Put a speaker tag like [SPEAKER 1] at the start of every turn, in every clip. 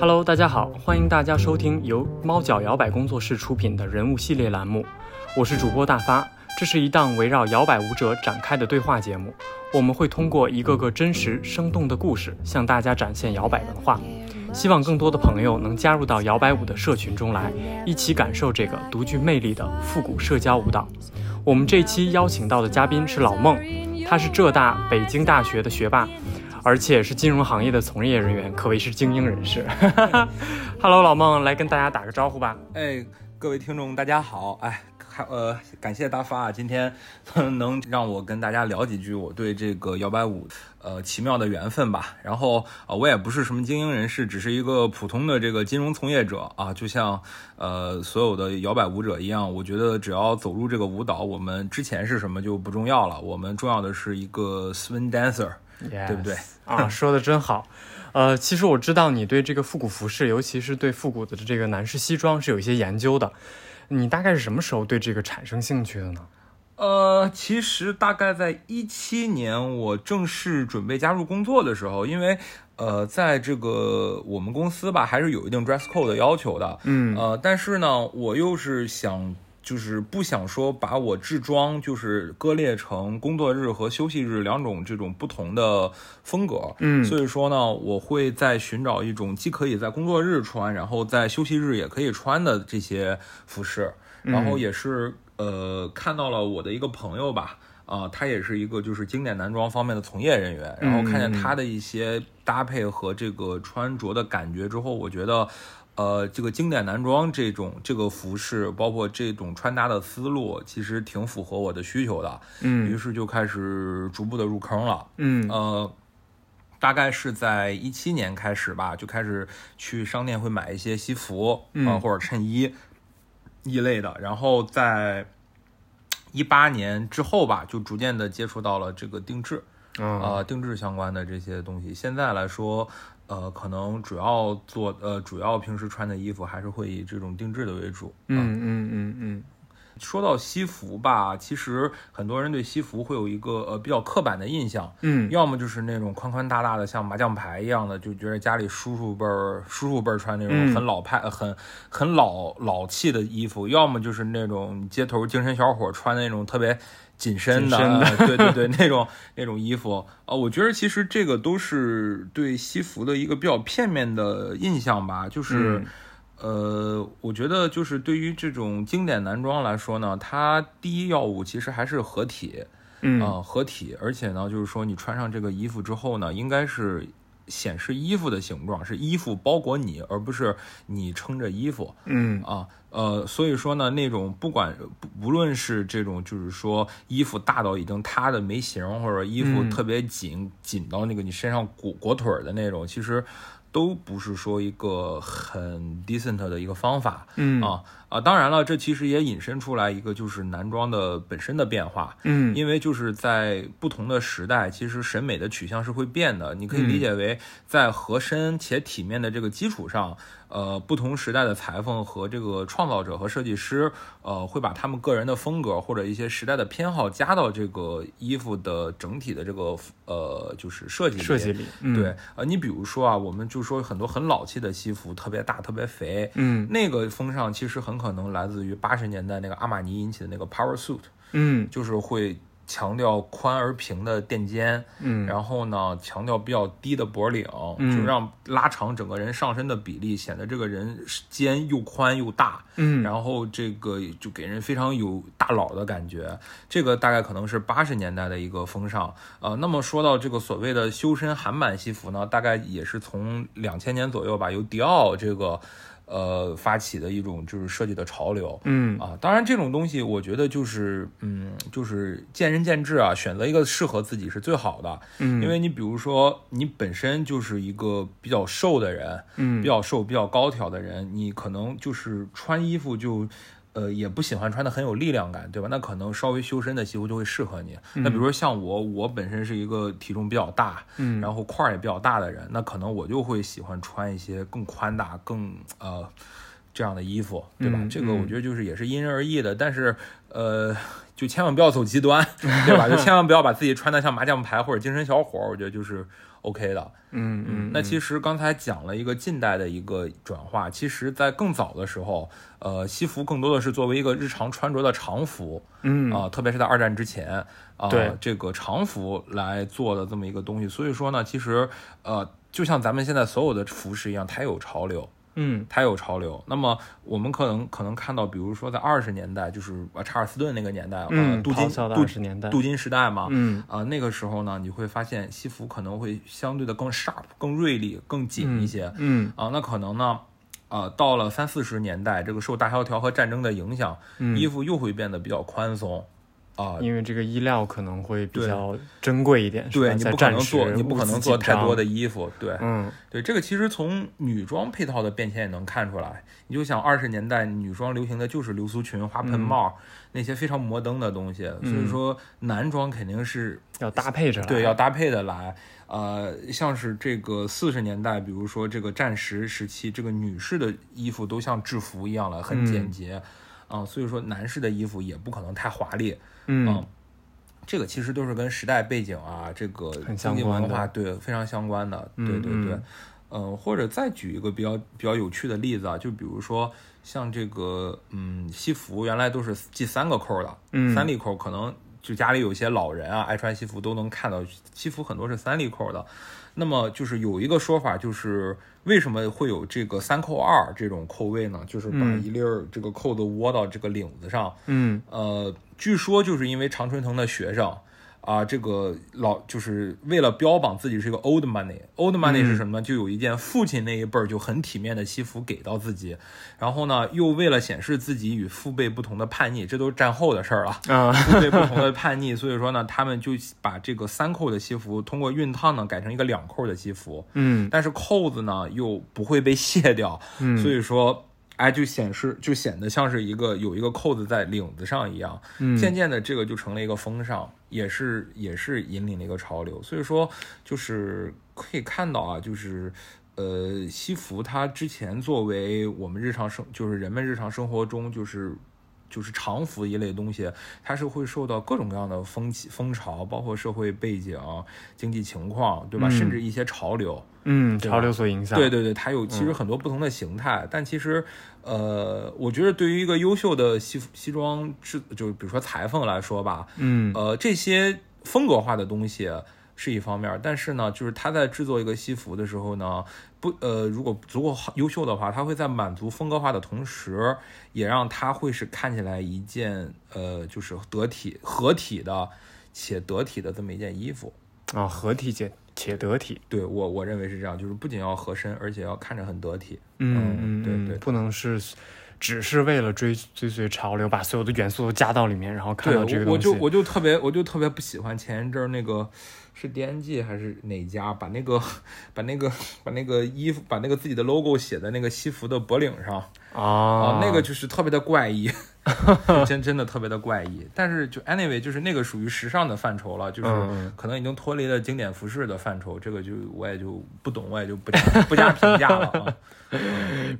[SPEAKER 1] Hello，大家好，欢迎大家收听由猫脚摇摆工作室出品的人物系列栏目，我是主播大发。这是一档围绕摇摆舞者展开的对话节目，我们会通过一个个真实生动的故事，向大家展现摇摆文化。希望更多的朋友能加入到摇摆舞的社群中来，一起感受这个独具魅力的复古社交舞蹈。我们这期邀请到的嘉宾是老孟，他是浙大、北京大学的学霸，而且是金融行业的从业人员，可谓是精英人士。Hello，老孟，来跟大家打个招呼吧。
[SPEAKER 2] 哎，各位听众，大家好！哎，看呃，感谢大发啊，今天哼能让我跟大家聊几句我对这个摇摆舞呃奇妙的缘分吧。然后啊、呃我也不是什么精英人士，只是一个普通的这个金融从业者啊，就像呃所有的摇摆舞者一样。我觉得只要走入这个舞蹈，我们之前是什么就不重要了，我们重要的是一个 swing dancer。
[SPEAKER 1] 对
[SPEAKER 2] 对不对？
[SPEAKER 1] 啊，说的真好。呃，其实我知道你对这个复古服饰，尤其是对复古的这个男士西装是有一些研究的。你大概是什么时候对这个产生兴趣的呢？
[SPEAKER 2] 呃，其实大概在一七年，我正式准备加入工作的时候，因为呃，在这个我们公司吧，还是有一定 dress code 的要求的。
[SPEAKER 1] 嗯
[SPEAKER 2] 呃，但是呢，我又是想。就是不想说把我制装就是割裂成工作日和休息日两种这种不同的风格，
[SPEAKER 1] 嗯
[SPEAKER 2] 所以说呢，我会在寻找一种既可以在工作日穿，然后在休息日也可以穿的这些服饰，然后也是呃看到了我的一个朋友吧，啊、他也是一个就是经典男装方面的从业人员，然后看见他的一些搭配和这个穿着的感觉之后，我觉得。呃，这个经典男装这种这个服饰，包括这种穿搭的思路，其实挺符合我的需求的。
[SPEAKER 1] 嗯
[SPEAKER 2] 于是就开始逐步的入坑了。
[SPEAKER 1] 嗯
[SPEAKER 2] 呃，大概是在一七年开始吧，就开始去商店会买一些西服啊、
[SPEAKER 1] 嗯
[SPEAKER 2] 或者衬衣一类的，然后在一八年之后吧，就逐渐的接触到了这个定制啊、
[SPEAKER 1] 啊
[SPEAKER 2] 呃定制相关的这些东西。现在来说。呃，可能主要做呃，主要平时穿的衣服还是会以这种定制的为主。
[SPEAKER 1] 嗯嗯嗯嗯
[SPEAKER 2] 说到西服吧，其实很多人对西服会有一个呃比较刻板的印象，
[SPEAKER 1] 嗯
[SPEAKER 2] 要么就是那种宽宽大大的，像麻将牌一样的，就觉得家里叔叔辈儿、叔叔辈儿穿那
[SPEAKER 1] 嗯
[SPEAKER 2] 种很老派、呃很很老老气的衣服；要么就是那种街头精神小伙穿的那种特别紧身的，
[SPEAKER 1] 紧身
[SPEAKER 2] 对对对，那种那种衣服。呃，我觉得其实这个都是对西服的一个比较片面的印象吧，就是。
[SPEAKER 1] 嗯
[SPEAKER 2] 呃，我觉得就是对于这种经典男装来说呢，它第一要务其实还是合体，
[SPEAKER 1] 嗯
[SPEAKER 2] 啊、合体，而且呢，就是说你穿上这个衣服之后呢，应该是显示衣服的形状，是衣服包裹你，而不是你撑着衣服
[SPEAKER 1] 嗯
[SPEAKER 2] 啊。呃，所以说呢，那种不管不无论是这种，就是说衣服大到已经塌的没形，或者衣服
[SPEAKER 1] 嗯
[SPEAKER 2] 特别紧、紧到那个你身上裹裹腿儿的那种，其实都不是说一个很 decent 的一个方法。
[SPEAKER 1] 嗯
[SPEAKER 2] 啊啊，当然了，这其实也引申出来一个就是男装的本身的变化，
[SPEAKER 1] 嗯
[SPEAKER 2] 因为就是在不同的时代，其实审美的取向是会变的。你可
[SPEAKER 1] 嗯
[SPEAKER 2] 以理解为，在合身且体面的这个基础上，呃，不同时代的裁缝和这个创造者和设计师，呃，会把他们个人的风格或者一些时代的偏好加到这个衣服的整体的这个呃，就是设计里
[SPEAKER 1] 设计里嗯
[SPEAKER 2] 对，呃，你比如说啊，我们就说很多很老气的西服，特别大，特别肥，
[SPEAKER 1] 嗯
[SPEAKER 2] 那个风尚其实很可能来自于八十年代那个阿玛尼引起的那个 power suit，
[SPEAKER 1] 嗯
[SPEAKER 2] 就是会强调宽而平的垫肩，
[SPEAKER 1] 嗯
[SPEAKER 2] 然后呢强调比较低的脖领，
[SPEAKER 1] 嗯
[SPEAKER 2] 就让拉长整个人上身的比例，显得这个人肩又宽又大，
[SPEAKER 1] 嗯
[SPEAKER 2] 然后这个就给人非常有大佬的感觉。这个大概可能是八十年代的一个风尚。呃，那么说到这个所谓的修身韩版西服呢，大概也是从两千年左右吧，由迪奥这个呃发起的一种就是设计的潮流。
[SPEAKER 1] 嗯
[SPEAKER 2] 啊，当然这种东西，我觉得就是，嗯，就是见仁见智啊，选择一个适合自己是最好的。
[SPEAKER 1] 嗯
[SPEAKER 2] 因为你比如说，你本身就是一个比较瘦的人，
[SPEAKER 1] 嗯
[SPEAKER 2] 比较瘦、比较高挑的人，你可能就是穿衣服就。呃，也不喜欢穿的很有力量感，对吧？那可能稍微修身的西服就会适合你。那比如说像我，我本身是一个体重比较大，
[SPEAKER 1] 嗯
[SPEAKER 2] 然后块儿也比较大的人，那可能我就会喜欢穿一些更宽大、更呃这样的衣服，对吧？
[SPEAKER 1] 嗯
[SPEAKER 2] 这个我觉得就是也是因人而异的，但是呃，就千万不要走极端， 对吧？就千万不要把自己穿得像麻将牌或者精神小伙，我觉得就是 OK 的。
[SPEAKER 1] 嗯嗯，
[SPEAKER 2] 那其实刚才讲了一个近代的一个转化，其实，在更早的时候，呃，西服更多的是作为一个日常穿着的常服，
[SPEAKER 1] 嗯
[SPEAKER 2] 啊、特别是在二战之前啊、
[SPEAKER 1] 对
[SPEAKER 2] 这个常服来做的这么一个东西。所以说呢，其实呃，就像咱们现在所有的服饰一样，它有潮流，
[SPEAKER 1] 嗯
[SPEAKER 2] 它有潮流。那么我们可能可能看到，比如说在二十年代，就是呃查尔斯顿那个年代，呃，
[SPEAKER 1] 嗯，
[SPEAKER 2] 镀
[SPEAKER 1] 咆
[SPEAKER 2] 金
[SPEAKER 1] 哮的
[SPEAKER 2] 镀
[SPEAKER 1] 二十年代，
[SPEAKER 2] 镀金时代嘛，
[SPEAKER 1] 嗯
[SPEAKER 2] 啊、那个时候呢，你会发现西服可能会相对的更 sharp、更锐利、更紧一些。啊、
[SPEAKER 1] 嗯
[SPEAKER 2] 那可能呢，啊，到了三四十年代，这个受大萧条和战争的影响，
[SPEAKER 1] 嗯
[SPEAKER 2] 衣服又会变得比较宽松。啊、
[SPEAKER 1] 因为这个衣料可能会比
[SPEAKER 2] 对
[SPEAKER 1] 较珍贵一点，是吧
[SPEAKER 2] 对你
[SPEAKER 1] 在
[SPEAKER 2] 不可
[SPEAKER 1] 战
[SPEAKER 2] 能
[SPEAKER 1] 时
[SPEAKER 2] 做，你不可能做太多
[SPEAKER 1] 的，
[SPEAKER 2] 的衣服。对，
[SPEAKER 1] 嗯
[SPEAKER 2] 对，这个其实从女装配套的变迁也能看出来。你就想二十年代女装流行的就是流苏裙、花盆帽、那些非常摩登的东西，所以说男装肯定是
[SPEAKER 1] 要搭配着来，嗯
[SPEAKER 2] 对，要搭配的来。呃，像是这个四十年代，比如说这个战时时期，这个女士的衣服都像制服一样了，很简洁啊、所以说男士的衣服也不可能太华丽。
[SPEAKER 1] 嗯
[SPEAKER 2] 嗯这个其实都是跟时代背景啊，这个
[SPEAKER 1] 很
[SPEAKER 2] 经济
[SPEAKER 1] 相关
[SPEAKER 2] 文
[SPEAKER 1] 的
[SPEAKER 2] 化对非常相关的，对
[SPEAKER 1] 嗯
[SPEAKER 2] 对对，
[SPEAKER 1] 嗯
[SPEAKER 2] 呃，或者再举一个比较比较有趣的例子啊，就比如说像这个嗯西服原来都是系三个扣的，
[SPEAKER 1] 嗯
[SPEAKER 2] 三粒扣可能就家里有些老人啊爱穿西服都能看到，西服很多是三粒扣的，那么就是有一个说法，就是为什么会有这个三扣二这种扣位呢？就是把一粒儿这个扣子窝到这个领子上，
[SPEAKER 1] 嗯
[SPEAKER 2] 呃，据说就是因为常春藤的学生啊，这个老就是为了标榜自己是一个 old money。old money 是什么呢？就有一件父亲那一辈儿就很体面的西服给到自己，然后呢，又为了显示自己与父辈不同的叛逆，这都是战后的事儿了。
[SPEAKER 1] 啊
[SPEAKER 2] 父辈不同的叛逆，所以说呢，他们就把这个三扣的西服通过熨烫呢改成一个两扣的西服。
[SPEAKER 1] 嗯
[SPEAKER 2] 但是扣子呢又不会被卸掉，
[SPEAKER 1] 嗯
[SPEAKER 2] 所以说，哎，就显示就显得像是一个有一个扣子在领子上一样。
[SPEAKER 1] 嗯
[SPEAKER 2] 渐渐的，这个就成了一个风尚，也是也是引领了一个潮流。所以说，就是可以看到啊，就是。呃，西服它之前作为我们日常生，就是人们日常生活中就是就是常服一类东西，它是会受到各种各样的风气、风潮，包括社会背景、经济情况，对吧？甚至一些潮流，
[SPEAKER 1] 嗯，潮流所影响，
[SPEAKER 2] 对对对，它有其实很多不同的形态，但其实，呃，我觉得对于一个优秀的西服西装制，就是比如说裁缝来说吧，
[SPEAKER 1] 嗯
[SPEAKER 2] 呃，这些风格化的东西是一方面儿，但是呢，就是他在制作一个西服的时候呢，不呃，如果足够好优秀的话，他会在满足风格化的同时，也让它会是看起来一件呃，就是得体合体的且得体的这么一件衣服。
[SPEAKER 1] 啊，合体且且得体，
[SPEAKER 2] 对我我认为是这样，就是不仅要合身，而且要看着很得体。
[SPEAKER 1] 嗯嗯，
[SPEAKER 2] 对对
[SPEAKER 1] 嗯不能是只是为了追追随潮流，把所有的元素都加到里面，然后看
[SPEAKER 2] 对，
[SPEAKER 1] 到这个
[SPEAKER 2] 我我
[SPEAKER 1] 东西，
[SPEAKER 2] 就我就特别我就特别不喜欢前一阵儿那个是 DNG 还是哪家把那个把那个把那个衣服把那个自己的 logo 写在那个西服的脖领上
[SPEAKER 1] 啊，
[SPEAKER 2] 那个就是特别的怪异， 真真的特别的怪异。但是就 anyway 就是那个属于时尚的范畴了，就是
[SPEAKER 1] 嗯嗯
[SPEAKER 2] 可能已经脱离了经典服饰的范畴，这个就我也就不懂，我也就不加不加评价了啊。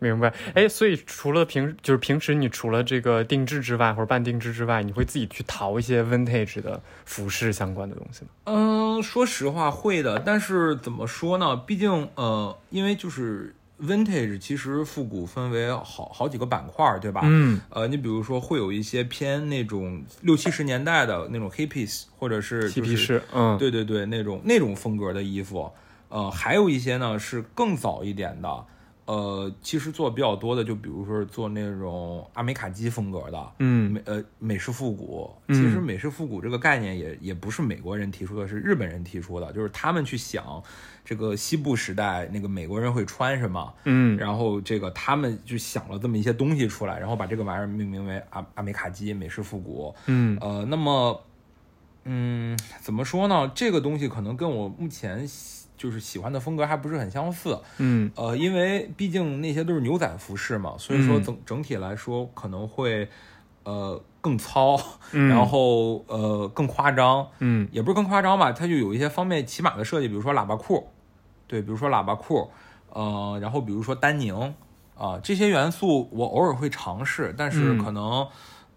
[SPEAKER 1] 明白。哎，所以除了平就是平时你除了这个定制之外，或者半定制之外，你会自己去淘一些 vintage 的服饰相关的东西吗？
[SPEAKER 2] 嗯，说实话会的，但是怎么说呢？毕竟呃，因为就是 vintage，其实复古分为好好几个板块儿，对吧？
[SPEAKER 1] 嗯，
[SPEAKER 2] 呃，你比如说会有一些偏那种六七十年代的那种黑 piece，或者是
[SPEAKER 1] 嬉
[SPEAKER 2] 就
[SPEAKER 1] 皮
[SPEAKER 2] 是
[SPEAKER 1] 士，嗯，
[SPEAKER 2] 对对对，那种那种风格的衣服，呃，还有一些呢是更早一点的，呃，其实做比较多的，就比如说做那种阿美卡基风格的，
[SPEAKER 1] 嗯
[SPEAKER 2] 美呃美式复古。其实美式复古这个概念也也不是美国人提出的，是日本人提出的，就是他们去想这个西部时代那个美国人会穿什么，
[SPEAKER 1] 嗯
[SPEAKER 2] 然后这个他们就想了这么一些东西出来，然后把这个玩意儿命名为阿阿美卡基美式复古，
[SPEAKER 1] 嗯
[SPEAKER 2] 呃，那么，嗯，怎么说呢？这个东西可能跟我目前喜就是喜欢的风格还不是很相似。
[SPEAKER 1] 嗯
[SPEAKER 2] 呃，因为毕竟那些都是牛仔服饰嘛，所以说
[SPEAKER 1] 嗯
[SPEAKER 2] 整整体来说可能会呃更糙，
[SPEAKER 1] 嗯
[SPEAKER 2] 然后呃更夸张，
[SPEAKER 1] 嗯
[SPEAKER 2] 也不是更夸张吧，它就有一些方面起码的设计，比如说喇叭裤，对，比如说喇叭裤，呃，然后
[SPEAKER 1] 嗯
[SPEAKER 2] 比如说丹宁啊、这些元素我偶尔会尝试，但是可能、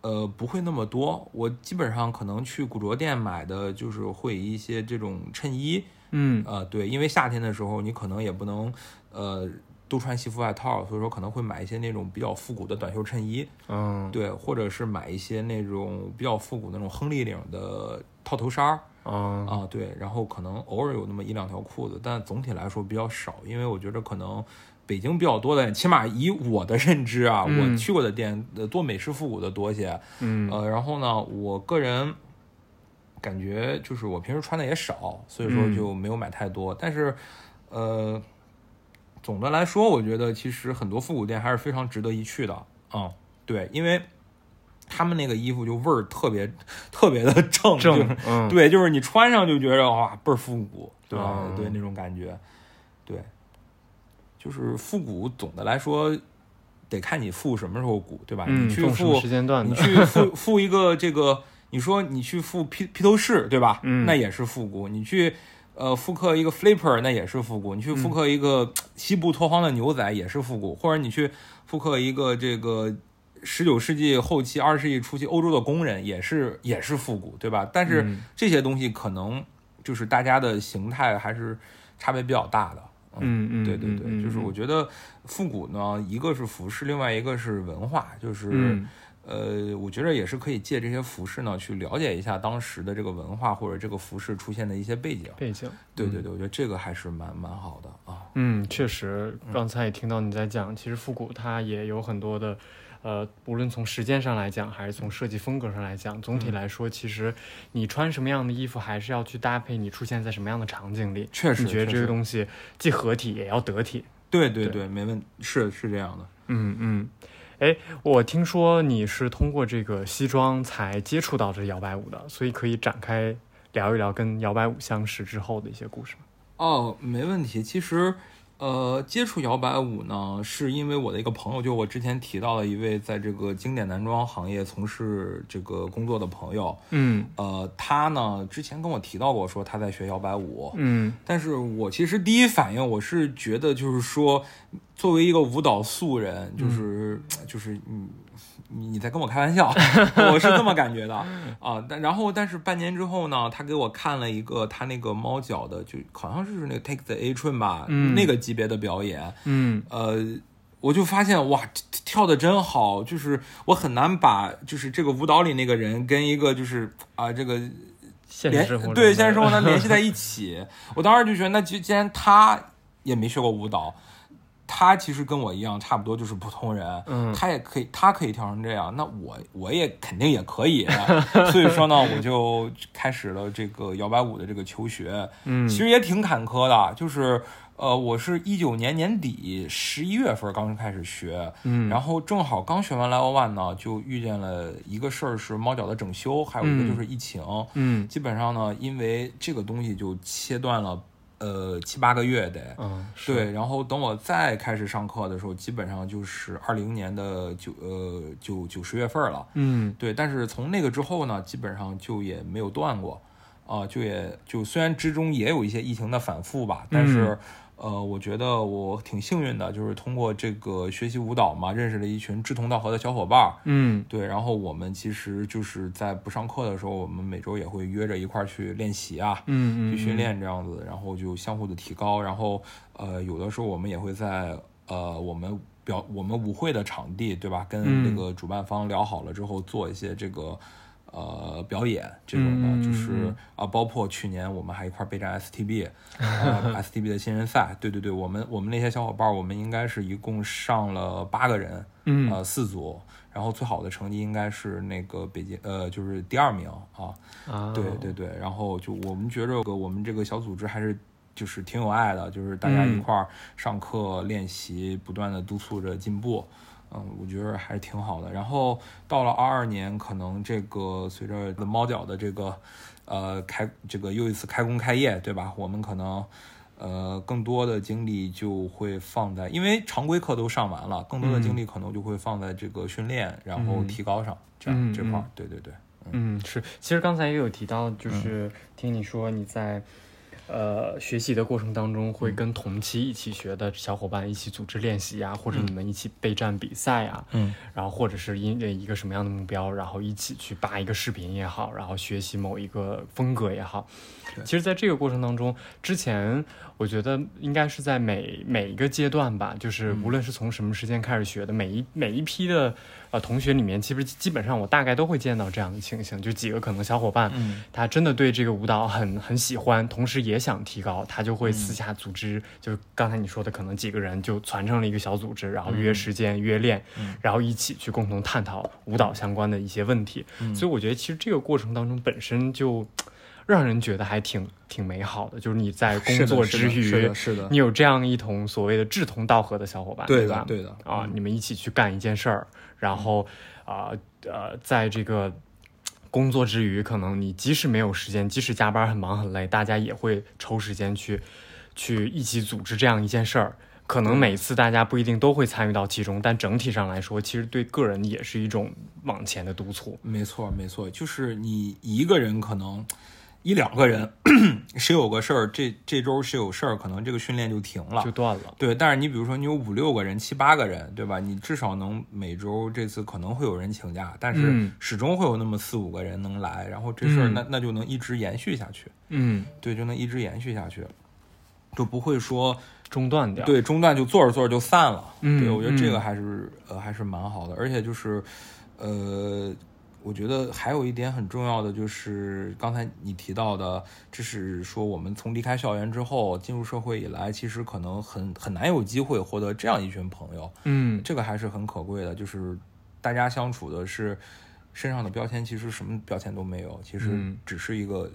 [SPEAKER 2] 呃不会那么多。我基本上可能去古着店买的就是会一些这种衬衣，
[SPEAKER 1] 嗯
[SPEAKER 2] 呃，对，因为夏天的时候你可能也不能呃都穿西服外套，所以说可能会买一些那种比较复古的短袖衬衣，
[SPEAKER 1] 嗯
[SPEAKER 2] 对，或者是买一些那种比较复古那种亨利领的套头衫儿
[SPEAKER 1] 嗯
[SPEAKER 2] 啊，对，然后可能偶尔有那么一两条裤子，但总体来说比较少，因为我觉得可能北京比较多的，起码以我的认知啊，
[SPEAKER 1] 嗯
[SPEAKER 2] 我去过的店呃做美式复古的多一些，
[SPEAKER 1] 嗯
[SPEAKER 2] 呃，然后呢，我个人感觉就是我平时穿的也少，所以说
[SPEAKER 1] 嗯
[SPEAKER 2] 就没有买太多。但是，呃，总的来说，我觉得其实很多复古店还是非常值得一去的。嗯，对，因为他们那个衣服就味儿特别特别的 正，就
[SPEAKER 1] 正
[SPEAKER 2] 是
[SPEAKER 1] 嗯
[SPEAKER 2] 对，就是你穿上就觉得哇倍儿复古，对吧、
[SPEAKER 1] 哦
[SPEAKER 2] 对那种感觉，对，就是复古。总的来说，得看你复什么时候古，对吧？
[SPEAKER 1] 嗯
[SPEAKER 2] 你去
[SPEAKER 1] 中什么
[SPEAKER 2] 复
[SPEAKER 1] 时间段
[SPEAKER 2] 你
[SPEAKER 1] 的
[SPEAKER 2] 去 复复一个这个，你说你去复披披头士，对吧？
[SPEAKER 1] 嗯
[SPEAKER 2] 那也是复古。你去呃复刻一个 flipper，那也是复古。你去
[SPEAKER 1] 嗯
[SPEAKER 2] 复刻一个嘖西部拓荒的牛仔，也是复古。或者你去复刻一个这个十九世纪后期、二十世纪初期欧洲的工人，也是也是复古，对吧？但是
[SPEAKER 1] 嗯
[SPEAKER 2] 这些东西可能就是大家的形态还是差别比较大的。
[SPEAKER 1] 嗯嗯，
[SPEAKER 2] 对对对，
[SPEAKER 1] 嗯
[SPEAKER 2] 就是我觉得复古呢，一个是服饰，另外一个是文化，就是、
[SPEAKER 1] 嗯
[SPEAKER 2] 呃，我觉得也是可以借这些服饰呢，去了解一下当时的这个文化或者这个服饰出现的一些背景。
[SPEAKER 1] 背景。
[SPEAKER 2] 对对对，我觉得这个还是蛮蛮好的啊。
[SPEAKER 1] 嗯，确实，刚才也听到你在讲，其实复古它也有很多的，呃，无论从时间上来讲，还是从设计风格上来讲，总体来说，其实你穿什么样的衣服，还是要去搭配你出现在什么样的场景里。
[SPEAKER 2] 确实
[SPEAKER 1] 你觉得
[SPEAKER 2] 确
[SPEAKER 1] 这
[SPEAKER 2] 实
[SPEAKER 1] 个东西既合体也要得体。
[SPEAKER 2] 对对
[SPEAKER 1] 对
[SPEAKER 2] 对，没问是是这样的。
[SPEAKER 1] 嗯嗯，哎，我听说你是通过这个西装才接触到这摇摆舞的，所以可以展开聊一聊跟摇摆舞相识之后的一些故事吗。
[SPEAKER 2] 哦，没问题。其实，呃，接触摇摆舞呢，是因为我的一个朋友，就我之前提到的一位在这个经典男装行业从事这个工作的朋友。
[SPEAKER 1] 嗯
[SPEAKER 2] 呃，他呢之前跟我提到过，说他在学摇摆舞。
[SPEAKER 1] 嗯
[SPEAKER 2] 但是我其实第一反应我是觉得，就是说，作为一个舞蹈素人，就是、就是你你你在跟我开玩笑，我是这么感觉的啊。但然后但是半年之后呢，他给我看了一个他那个猫脚的，就好像是那个 Take the A Train 吧，
[SPEAKER 1] 嗯
[SPEAKER 2] 那个级别的表演，
[SPEAKER 1] 嗯
[SPEAKER 2] 呃。我就发现哇，这这跳的真好，就是我很难把就是这个舞蹈里那个人跟一个就是啊、这个
[SPEAKER 1] 现实
[SPEAKER 2] 联
[SPEAKER 1] 生活中
[SPEAKER 2] 对
[SPEAKER 1] 的
[SPEAKER 2] 现实生 活中联系在一起。我当时就觉得，那既既然他也没学过舞蹈，他其实跟我一样，差不多就是普通人，
[SPEAKER 1] 嗯
[SPEAKER 2] 他也可以，他可以跳成这样，那我我也肯定也可以。啊所以说呢，我就开始了这个摇摆舞的这个求学，
[SPEAKER 1] 嗯
[SPEAKER 2] 其实也挺坎坷的，就是。呃，我是一九年年底十一月份刚开始学，
[SPEAKER 1] 嗯
[SPEAKER 2] 然后正好刚学完 Level One 呢，就遇见了一个事儿是猫脚的整修，还有一个就是疫情，
[SPEAKER 1] 嗯
[SPEAKER 2] 基本上呢，因为这个东西就切断了，呃，七八个月得。
[SPEAKER 1] 嗯是
[SPEAKER 2] 对，然后等我再开始上课的时候，基本上就是二零年的九呃九九十月份了。
[SPEAKER 1] 嗯
[SPEAKER 2] 对，但是从那个之后呢，基本上就也没有断过，啊、就也就虽然之中也有一些疫情的反复
[SPEAKER 1] 嗯
[SPEAKER 2] 吧，但是、呃，我觉得我挺幸运的，就是通过这个学习舞蹈嘛，认识了一群志同道合的小伙伴儿，
[SPEAKER 1] 嗯
[SPEAKER 2] 对，然后我们其实就是在不上课的时候，我们每周也会约着一块儿去练习啊，
[SPEAKER 1] 嗯嗯
[SPEAKER 2] 去训练这样子，然后就相互的提高，然后呃，有的时候我们也会在呃我们表我们舞会的场地，对吧？跟
[SPEAKER 1] 嗯
[SPEAKER 2] 这个主办方聊好了之后，做一些这个。呃，表演这种的，
[SPEAKER 1] 嗯
[SPEAKER 2] 就是
[SPEAKER 1] 嗯
[SPEAKER 2] 啊，包括去年我们还一块儿备战 STB，呃 STB 的新人赛，对对对，我们我们那些小伙伴儿，我们应该是一共上了八个人，
[SPEAKER 1] 嗯
[SPEAKER 2] 呃四组，然后最好的成绩应该是那个北京呃就是第二名啊，
[SPEAKER 1] 啊
[SPEAKER 2] 对对对，然后就我们觉着我们这个小组织还是。就是挺有爱的，就是大家一
[SPEAKER 1] 嗯
[SPEAKER 2] 块儿上课练习，不断的督促着进步，嗯，我觉得还是挺好的。然后到了二二年，可能这个随着猫脚的这个呃开这个又一次开工开业，对吧？我们可能呃更多的精力就会放在，因为常规课都上完了，更多的
[SPEAKER 1] 嗯
[SPEAKER 2] 精力可能就会放在这个训练，然后提高上，这样、
[SPEAKER 1] 嗯
[SPEAKER 2] 这块儿
[SPEAKER 1] 嗯，
[SPEAKER 2] 对对对。嗯
[SPEAKER 1] 嗯是，其实刚才也有提到，就是听你说你在。呃学习的过程当中，
[SPEAKER 2] 嗯
[SPEAKER 1] 会跟同期一起学的小伙伴一起组织练习啊，或者你们一起备战比赛啊，
[SPEAKER 2] 嗯，
[SPEAKER 1] 然后或者是因为一个什么样的目标，然后一起去扒一个视频也好，然后学习某一个风格也好。其实，在这个过程当中，之前我觉得应该是在每每一个阶段吧，就是无论是从什么时间开始学的，每一每一批的呃同学里面，其实基本上我大概都会见到这样的情形，就几个可能小伙伴，
[SPEAKER 2] 嗯
[SPEAKER 1] 他真的对这个舞蹈很很喜欢，同时也想提高，他就会私
[SPEAKER 2] 嗯
[SPEAKER 1] 下组织，就是刚才你说的，可能几个人就攒成了一个小组织，然后
[SPEAKER 2] 嗯
[SPEAKER 1] 约时间、约练，然后一起去共同探讨舞蹈相关的一些问题。
[SPEAKER 2] 嗯
[SPEAKER 1] 所以我觉得，其实这个过程当中本身就让人觉得还挺挺美好的，就是你在工作之余，
[SPEAKER 2] 是的，是的，
[SPEAKER 1] 你有这样一同所谓的志同道合的小伙伴，
[SPEAKER 2] 对
[SPEAKER 1] 吧
[SPEAKER 2] 的，？对的，
[SPEAKER 1] 啊，你们一起去干一件事儿，然后啊呃在这个工作之余，可能你即使没有时间，即使加班很忙很累，大家也会抽时间去去一起组织这样一件事儿。可能每次大家不一定都会参与到其中，但整体上来说，其实对个人也是一种往前的督促。
[SPEAKER 2] 没错，没错，就是你一个人可能一两个人，谁有个事儿，这这周谁有事儿，可能这个训练就停了
[SPEAKER 1] 就。断了，
[SPEAKER 2] 对，但是你比如说你有五六个人、七八个人，对吧？你至少能每周这次可能会有人请假，但是
[SPEAKER 1] 嗯
[SPEAKER 2] 始终会有那么四五个人能来，然后这事儿
[SPEAKER 1] 嗯
[SPEAKER 2] 那那就能一直延续下去，
[SPEAKER 1] 嗯，
[SPEAKER 2] 对，就能一直延续下去，就不会说
[SPEAKER 1] 中断掉，，
[SPEAKER 2] 对，中断就做着做着就散了。
[SPEAKER 1] 嗯
[SPEAKER 2] 对我觉得
[SPEAKER 1] 嗯
[SPEAKER 2] 这个还是、呃还是蛮好的，而且就是，呃，我觉得还有一点很重要的就是刚才你提到的，这是说我们从离开校园之后进入社会以来，其实可能很很难有机会获得这样一群朋友，
[SPEAKER 1] 嗯，
[SPEAKER 2] 这个还是很可贵的，就是大家相处的是。身上的标签其实什么标签都没有，其实
[SPEAKER 1] 嗯
[SPEAKER 2] 只是一个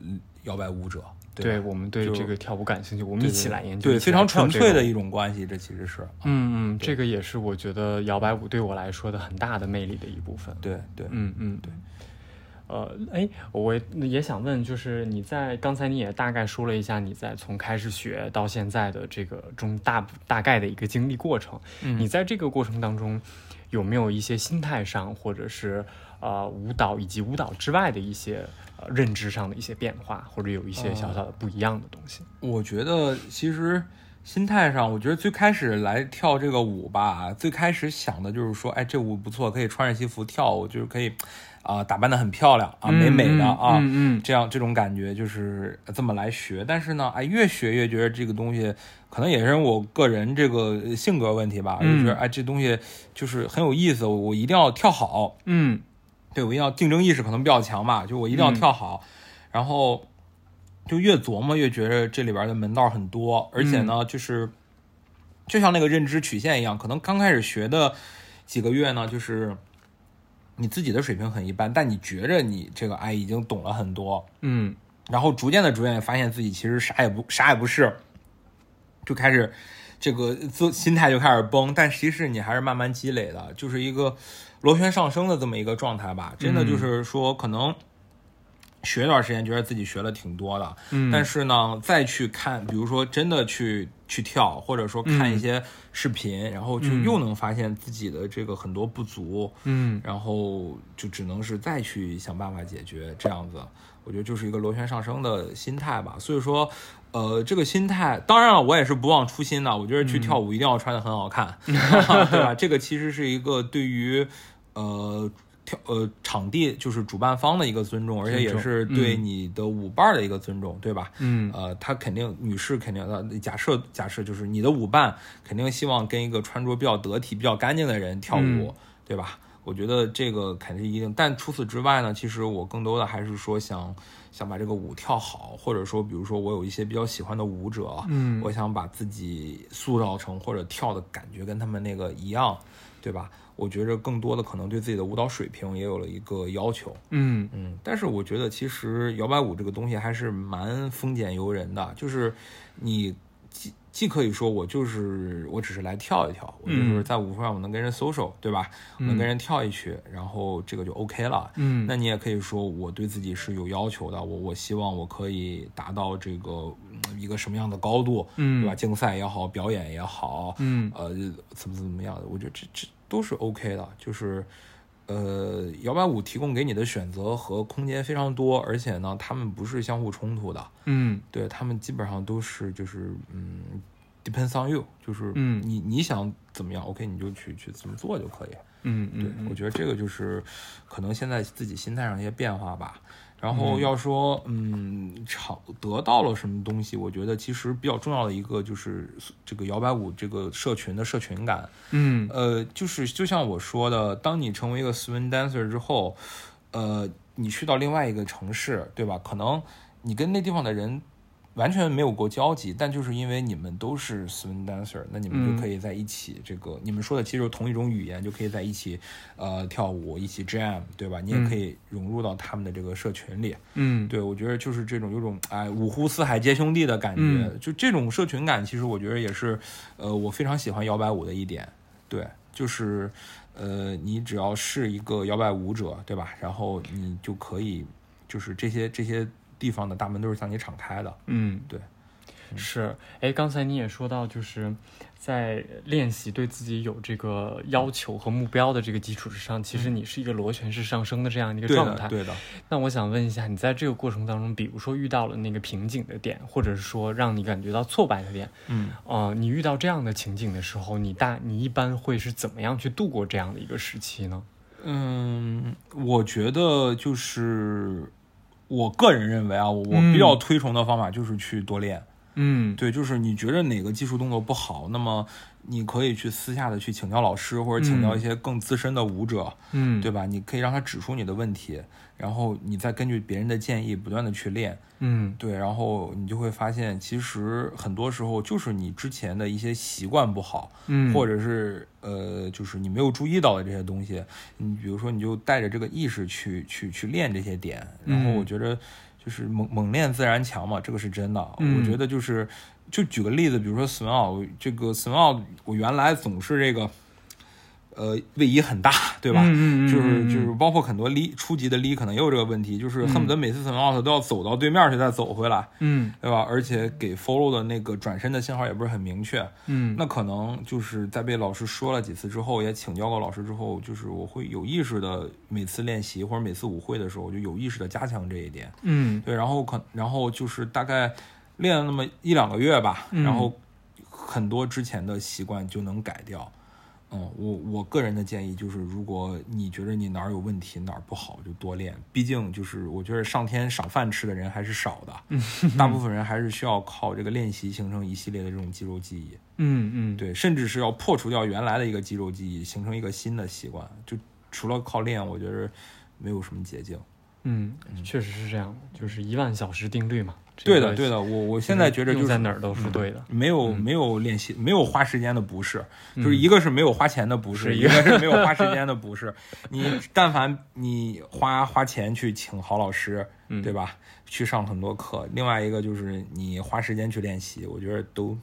[SPEAKER 2] 摇摆舞者，
[SPEAKER 1] 对
[SPEAKER 2] 吧
[SPEAKER 1] 我们对
[SPEAKER 2] 就
[SPEAKER 1] 这个跳舞感兴趣，我们一起来研究，
[SPEAKER 2] 对，
[SPEAKER 1] 一起
[SPEAKER 2] 非
[SPEAKER 1] 来
[SPEAKER 2] 常
[SPEAKER 1] 跳
[SPEAKER 2] 纯
[SPEAKER 1] 这
[SPEAKER 2] 粹
[SPEAKER 1] 个
[SPEAKER 2] 的一种关系，这其实是，
[SPEAKER 1] 嗯嗯，这个也是我觉得摇摆舞对我来说的很大的魅力的一部分。
[SPEAKER 2] 对对，
[SPEAKER 1] 嗯嗯，
[SPEAKER 2] 对。
[SPEAKER 1] 呃，哎，我也也想问，就是你在刚才你也大概说了一下你在从开始学到现在的这个中大大概的一个经历过程。
[SPEAKER 2] 嗯
[SPEAKER 1] 你在这个过程当中有没有一些心态上，或者是呃舞蹈以及舞蹈之外的一些呃认知上的一些变化，或者有一些小小
[SPEAKER 2] 哦
[SPEAKER 1] 的不一样的东西？
[SPEAKER 2] 我觉得其实心态上，我觉得最开始来跳这个舞吧，最开始想的就是说，哎，这舞不错，可以穿着西服跳舞，就是可以啊、打扮的很漂亮啊，美美的啊，
[SPEAKER 1] 嗯嗯嗯
[SPEAKER 2] 这样这种感觉就是这么来学。但是呢，哎，越学越觉得这个东西可能也是我个人这个性格问题吧，
[SPEAKER 1] 嗯
[SPEAKER 2] 就觉得哎，这东西就是很有意思，我我一定要跳好。
[SPEAKER 1] 嗯
[SPEAKER 2] 对我一定要竞争意识可能比较强吧，就我一定要跳好，然后就越琢磨越觉着这里边的门道很多，而且呢，就是就像那个认知曲线一样，可能刚开始学的几个月呢，就是你自己的水平很一般，但你觉着你这个哎已经懂了很多，
[SPEAKER 1] 嗯
[SPEAKER 2] 然后逐渐的逐渐地发现自己其实啥也不啥也不是，就开始这个自心态就开始崩，但其实你还是慢慢积累的，就是一个螺旋上升的这么一个状态吧。真的就是说，可能学一段时间觉得自己学了挺多的，
[SPEAKER 1] 嗯
[SPEAKER 2] 但是呢，再去看，比如说真的去去跳，或者说看一些视频，然后就又能发现自己的这个很多不足，
[SPEAKER 1] 嗯
[SPEAKER 2] 然后就只能是再去想办法解决这样子。我觉得就是一个螺旋上升的心态吧。所以说，呃，这个心态，当然了，我也是不忘初心的。我觉得去跳舞一定要穿的很好看， 对吧？这个其实是一个对于呃。跳呃，场地就是主办方的一个尊重，而嗯且也
[SPEAKER 1] 尊重
[SPEAKER 2] 是对你的舞伴儿的一个尊重，对吧？
[SPEAKER 1] 嗯
[SPEAKER 2] 呃，他肯定女士肯定，呃假设假设就是你的舞伴肯定希望跟一个穿着比较得体、比较干净的人跳舞，
[SPEAKER 1] 嗯
[SPEAKER 2] 对吧？我觉得这个肯定一定，但除此之外呢，其实我更多的还是说想想把这个舞跳好，或者说，比如说我有一些比较喜欢的舞者，
[SPEAKER 1] 嗯
[SPEAKER 2] 我想把自己塑造成或者跳的感觉跟他们那个一样，对吧？我觉着更多的可能对自己的舞蹈水平也有了一个要求，
[SPEAKER 1] 嗯
[SPEAKER 2] 嗯，但是我觉得其实摇摆舞这个东西还是蛮丰俭由人的，就是你既既可以说我就是我只是来跳一跳，我就是
[SPEAKER 1] 嗯
[SPEAKER 2] 在舞会上我能跟人 social，对吧？我能跟人跳一曲，然后这个就 OK 了。
[SPEAKER 1] 嗯
[SPEAKER 2] 那你也可以说我对自己是有要求的，我我希望我可以达到这个嗯一个什么样的高度，
[SPEAKER 1] 嗯
[SPEAKER 2] 对吧？竞赛也好，表演也好，
[SPEAKER 1] 嗯
[SPEAKER 2] 呃，怎么怎么样的，我觉得这这都是 OK 的，就是呃，摇摆舞提供给你的选择和空间非常多，而且呢，它们不是相互冲突的，
[SPEAKER 1] 嗯
[SPEAKER 2] 对，它们基本上都是就是嗯，depends on you，就是
[SPEAKER 1] 嗯
[SPEAKER 2] 你你想怎么样，OK，你就去去怎么做就可以。
[SPEAKER 1] 嗯
[SPEAKER 2] 对
[SPEAKER 1] 嗯，
[SPEAKER 2] 我觉得这个就是可能现在自己心态上的一些变化吧。然后要说，嗯，炒得到了什么东西，我觉得其实比较重要的一个就是这个摇摆舞这个社群的社群感。
[SPEAKER 1] 嗯
[SPEAKER 2] 呃，就是就像我说的，当你成为一个 swing dancer 之后，呃，你去到另外一个城市，对吧？可能你跟那地方的人完全没有过交集，但就是因为你们都是 swing dancer，那你们
[SPEAKER 1] 嗯
[SPEAKER 2] 就可以在一起，这个、你们说的其实就是同一种语言，就可以在一起呃跳舞，一起 jam，对吧？你也可以融入到他们的这个社群里。
[SPEAKER 1] 嗯，
[SPEAKER 2] 对，我觉得就是这种有种哎五湖四海皆兄弟的感觉，
[SPEAKER 1] 嗯
[SPEAKER 2] 就这种社群感，其实我觉得也是呃我非常喜欢摇摆舞的一点。对，就是呃你只要是一个摇摆舞者，对吧？然后你就可以就是这些这些地方的大门都是向你敞开的。
[SPEAKER 1] 嗯，
[SPEAKER 2] 对，
[SPEAKER 1] 是。哎，刚才你也说到，就是在练习对自己有这个要求和目标的这个基础之上，其实你是一个螺旋式上升的这样一个
[SPEAKER 2] 对
[SPEAKER 1] 状
[SPEAKER 2] 的，
[SPEAKER 1] 态。
[SPEAKER 2] 对的。
[SPEAKER 1] 那我想问一下，你在这个过程当中，比如说遇到了那个瓶颈的点，或者是说让你感觉到挫败的点，
[SPEAKER 2] 嗯，
[SPEAKER 1] 呃，你遇到这样的情景的时候，你大你一般会是怎么样去度过这样的一个时期呢？
[SPEAKER 2] 嗯，我觉得就是我个人认为啊，我我
[SPEAKER 1] 嗯
[SPEAKER 2] 比较推崇的方法就是去多练。
[SPEAKER 1] 嗯
[SPEAKER 2] 对，就是你觉得哪个技术动作不好，那么你可以去私下的去请教老师，或者请教一些更资深的舞者，
[SPEAKER 1] 嗯，
[SPEAKER 2] 对，吧？你可以让他指出你的问题，然后你再根据别人的建议不断的去练，
[SPEAKER 1] 嗯
[SPEAKER 2] 对，然后你就会发现，其实很多时候就是你之前的一些习惯不好，
[SPEAKER 1] 嗯，
[SPEAKER 2] 或者是呃，就是你没有注意到的这些东西，你比如说你就带着这个意识去去去练这些点，然后
[SPEAKER 1] 嗯
[SPEAKER 2] 我觉得就是猛猛练自然强嘛，这个是真的。
[SPEAKER 1] 嗯
[SPEAKER 2] 我觉得就是就举个例子，比如说 swing out，这个 swing out，我原来总是这个呃位移很大，对吧？
[SPEAKER 1] 嗯嗯嗯
[SPEAKER 2] 就是
[SPEAKER 1] 嗯嗯
[SPEAKER 2] 就是包括很多力初级的力可能也有这个问题，就是恨不得每次 swing out 都要走到对面去再走回来，
[SPEAKER 1] 嗯
[SPEAKER 2] 对吧？而且给 follow 的那个转身的信号也不是很明确，
[SPEAKER 1] 嗯，
[SPEAKER 2] 那可能就是在被老师说了几次之后，也请教过老师之后，就是我会有意识的每次练习或者每次舞会的时候，我就有意识的加强这一点。
[SPEAKER 1] 嗯
[SPEAKER 2] 对，然后可然后就是大概练了那么一两个月吧，
[SPEAKER 1] 嗯
[SPEAKER 2] 然后很多之前的习惯就能改掉。嗯，我我个人的建议就是，如果你觉得你哪儿有问题，哪儿不好，就多练。毕竟就是我觉得上天赏饭吃的人还是少
[SPEAKER 1] 嗯
[SPEAKER 2] 的，大部分人还是需要靠这个练习形成一系列的这种肌肉记忆。
[SPEAKER 1] 嗯嗯，
[SPEAKER 2] 对，甚至是要破除掉原来的一个肌肉记忆，形成一个新的习惯。就除了靠练，我觉得没有什么捷径。
[SPEAKER 1] 嗯，确实是这样，就是一万小时定律嘛。
[SPEAKER 2] 对的，对
[SPEAKER 1] 的，
[SPEAKER 2] 的，我我现在觉得
[SPEAKER 1] 用
[SPEAKER 2] 就是嗯
[SPEAKER 1] 在哪儿都是对的。
[SPEAKER 2] 没有、没有练习，没有花时间的不是，就是一个是没有花钱的不嗯是，
[SPEAKER 1] 是
[SPEAKER 2] 一个是没有花时间的不 是。你但凡你花花钱去请好老师，对吧？去上很多课，另外一个就是你花时间去练习，我觉得都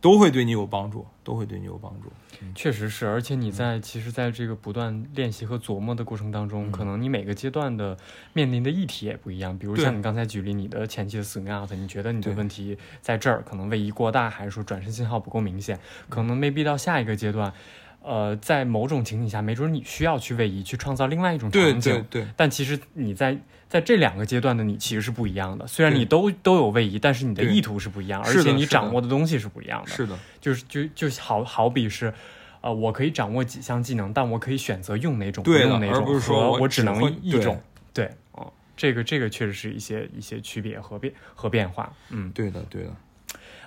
[SPEAKER 2] 都会对你有帮助，都会对你有帮助。
[SPEAKER 1] 确实是，而且
[SPEAKER 2] 嗯
[SPEAKER 1] 你在、其实在这个不断练习和琢磨的过程当中，可能你每个阶段的面临的议题也不一样。比如
[SPEAKER 2] 嗯对
[SPEAKER 1] 像你刚才举例你的前期的 swing out，你觉得你的
[SPEAKER 2] 对
[SPEAKER 1] 问题在这儿，可能位移过大，还是说转身信号不够明显？可能 maybe 到下一个阶段，呃，在某种情景下，没准你需要去位移，去创造另外一种
[SPEAKER 2] 对
[SPEAKER 1] 场景。
[SPEAKER 2] 对对，
[SPEAKER 1] 但其实你在在这两个阶段的你其实是不一样的，虽然
[SPEAKER 2] 对
[SPEAKER 1] 你都都有位移，但是你的
[SPEAKER 2] 对
[SPEAKER 1] 意图是不一样，而
[SPEAKER 2] 是的
[SPEAKER 1] 且你
[SPEAKER 2] 是的
[SPEAKER 1] 掌握的东西是不一样的。
[SPEAKER 2] 是的。
[SPEAKER 1] 就是就就好好比是，呃，我可以掌握几项技能，但我可以选择用哪种，不
[SPEAKER 2] 对的
[SPEAKER 1] 用哪种，
[SPEAKER 2] 而不是说
[SPEAKER 1] 和
[SPEAKER 2] 我
[SPEAKER 1] 我
[SPEAKER 2] 只
[SPEAKER 1] 能
[SPEAKER 2] 会
[SPEAKER 1] 一
[SPEAKER 2] 对
[SPEAKER 1] 种。对，哦，这个这个确实是一些一些区别和变和变化。嗯，
[SPEAKER 2] 对的，对的，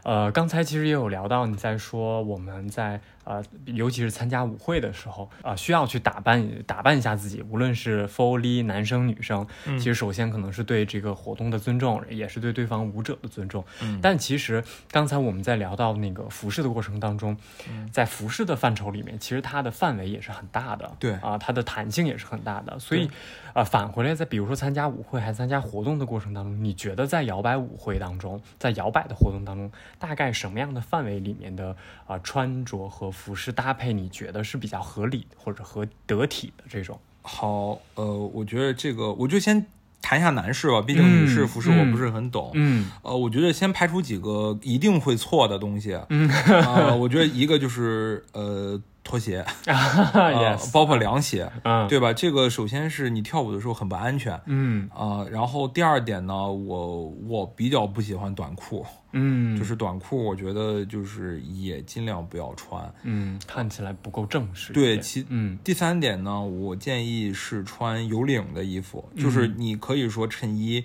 [SPEAKER 1] 呃，刚才其实也有聊到你在说我们在呃，尤其是参加舞会的时候啊、呃需要去打扮打扮一下自己，无论是 Foley 男生女生，其实首先可能是对这个活动的尊重，也是对对方舞者的尊重。
[SPEAKER 2] 嗯
[SPEAKER 1] 但其实刚才我们在聊到那个服饰的过程当中，
[SPEAKER 2] 嗯
[SPEAKER 1] 在服饰的范畴里面，其实它的范围也是很大的，
[SPEAKER 2] 对
[SPEAKER 1] 啊、它的弹性也是很大的。所以，呃，返回来再比如说参加舞会还参加活动的过程当中，你觉得在摇摆舞会当中，在摇摆的活动当中，大概什么样的范围里面的啊、呃穿着和服饰搭配，你觉得是比较合理或者和得体的这种？
[SPEAKER 2] 好，呃，我觉得这个，我就先谈一下男士吧，毕竟
[SPEAKER 1] 嗯
[SPEAKER 2] 女士服饰
[SPEAKER 1] 嗯
[SPEAKER 2] 我不是很懂。
[SPEAKER 1] 嗯
[SPEAKER 2] 呃，我觉得先啊排除几个一定会错的东西。嗯，呃，我觉得一个就是呃，拖鞋，啊
[SPEAKER 1] yes，
[SPEAKER 2] 包括凉鞋，
[SPEAKER 1] 嗯
[SPEAKER 2] 对吧？这个首先是你跳舞的时候很不安全啊、
[SPEAKER 1] 嗯
[SPEAKER 2] 然后第二点呢，我我比较不喜欢短裤，
[SPEAKER 1] 嗯，
[SPEAKER 2] 就是短裤，我觉得就是也尽量不要穿。
[SPEAKER 1] 嗯，看起来不够正式一点。
[SPEAKER 2] 对，其
[SPEAKER 1] 嗯
[SPEAKER 2] 第三点呢，我建议是穿有领的衣服，就是
[SPEAKER 1] 嗯
[SPEAKER 2] 你可以说衬衣，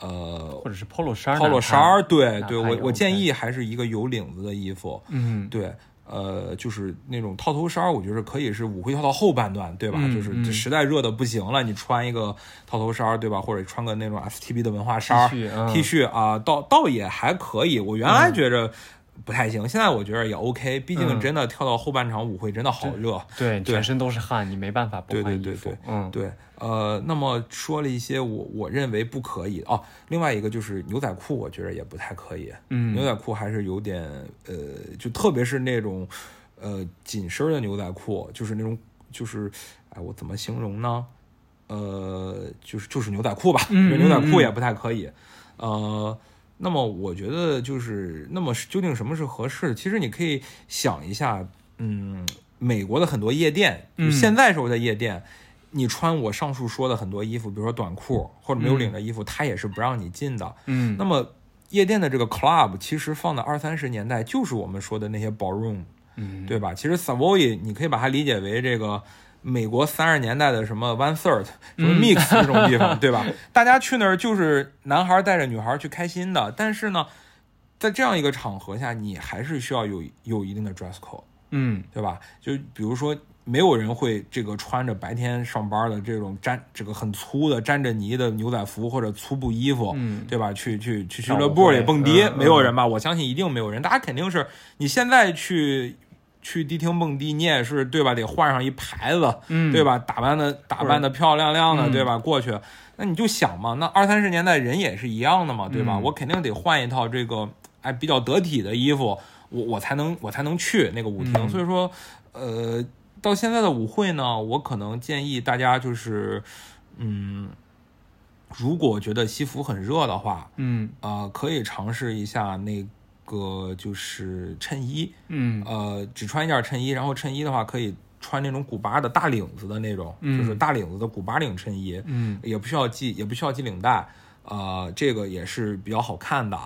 [SPEAKER 2] 呃
[SPEAKER 1] 或者是 polo 衫儿哪
[SPEAKER 2] ，polo
[SPEAKER 1] 怕
[SPEAKER 2] 衫儿，对
[SPEAKER 1] 哪
[SPEAKER 2] 对，
[SPEAKER 1] 怕也
[SPEAKER 2] 我我
[SPEAKER 1] OK
[SPEAKER 2] 建议还是一个有领子的衣服，
[SPEAKER 1] 嗯
[SPEAKER 2] 对。呃，就是那种套头衫儿，我觉得可以是舞会跳到后半段，对吧？
[SPEAKER 1] 嗯
[SPEAKER 2] 就是
[SPEAKER 1] 嗯
[SPEAKER 2] 这实在热的不行了，你穿一个套头衫儿，对吧？或者穿个那种 STB 的文化衫儿
[SPEAKER 1] T 恤嗯
[SPEAKER 2] T 恤啊，倒倒也还可以。我原来觉着不太行，现在我觉得也 OK。毕竟
[SPEAKER 1] 嗯
[SPEAKER 2] 真的跳到后半场舞会真的好热，
[SPEAKER 1] 对，
[SPEAKER 2] 对
[SPEAKER 1] 全身都是汗，你没办法不
[SPEAKER 2] 对
[SPEAKER 1] 换
[SPEAKER 2] 对
[SPEAKER 1] 衣
[SPEAKER 2] 对
[SPEAKER 1] 服。
[SPEAKER 2] 对
[SPEAKER 1] 嗯，
[SPEAKER 2] 对，呃，那么说了一些我我认为不可以哦。另外一个就是牛仔裤，我觉得也不太可以。牛
[SPEAKER 1] 嗯
[SPEAKER 2] 仔裤还是有点呃，就特别是那种呃紧身儿的牛仔裤，就是那种就是哎，我怎么形容呢？呃，就是就是牛仔裤吧，
[SPEAKER 1] 嗯
[SPEAKER 2] 就牛 仔
[SPEAKER 1] 嗯
[SPEAKER 2] 裤
[SPEAKER 1] 嗯
[SPEAKER 2] 也不太可以。呃，那么我觉得就是那么是究竟什么是合适的？其实你可以想一下，嗯，美国的很多夜店，就
[SPEAKER 1] 嗯
[SPEAKER 2] 现在时候的夜店。你穿我上述说的很多衣服，比如说短裤或者没有领的衣服，它也是不让你进的。
[SPEAKER 1] 嗯
[SPEAKER 2] 那么夜店的这个 club 其实放在二三十年代就是我们说的那些 ballroom，
[SPEAKER 1] 嗯，
[SPEAKER 2] 对吧？其实 Savoy 你可以把它理解为这个美国三十年代的什么 one third 什
[SPEAKER 1] 嗯
[SPEAKER 2] 么 mix 这种地方，对吧？大家去那儿就是男孩带着女孩去开心的，但是呢，在这样一个场合下，你还是需要有有一定的 dress code。
[SPEAKER 1] 嗯
[SPEAKER 2] 对吧？就比如说，没有人会这个穿着白天上班的这种沾这个很粗的沾着泥的牛仔服或者粗布衣服，
[SPEAKER 1] 嗯
[SPEAKER 2] 对吧？去去去俱
[SPEAKER 1] 跳舞
[SPEAKER 2] 乐部里
[SPEAKER 1] 会
[SPEAKER 2] 蹦迪，
[SPEAKER 1] 嗯嗯
[SPEAKER 2] 没有人吧？我相信一定没有人，大家肯定是你现在去。去迪厅蹦迪，你也是对吧？得换上一牌子，
[SPEAKER 1] 嗯，
[SPEAKER 2] 对？吧？打扮的打扮的漂漂亮亮的，对吧？过去，那你就想嘛，那二三十年代人也是一样的嘛，对吧？
[SPEAKER 1] 嗯
[SPEAKER 2] 我肯定得换一套这个哎比较得体的衣服，我我才能我才能去那个舞厅。
[SPEAKER 1] 嗯
[SPEAKER 2] 所以说，呃，到现在的舞会呢，我可能建议大家就是，嗯，如果觉得西服很热的话，
[SPEAKER 1] 嗯
[SPEAKER 2] 呃，可以尝试一下那个就是衬衣，
[SPEAKER 1] 嗯
[SPEAKER 2] 呃，只穿一件衬衣，然后衬衣的话可以穿那种古巴的大领子的那种，
[SPEAKER 1] 嗯
[SPEAKER 2] 就是大领子的古巴领衬衣，
[SPEAKER 1] 嗯
[SPEAKER 2] 也不需要系，也不需要系领带，呃，这个也是比较好看的。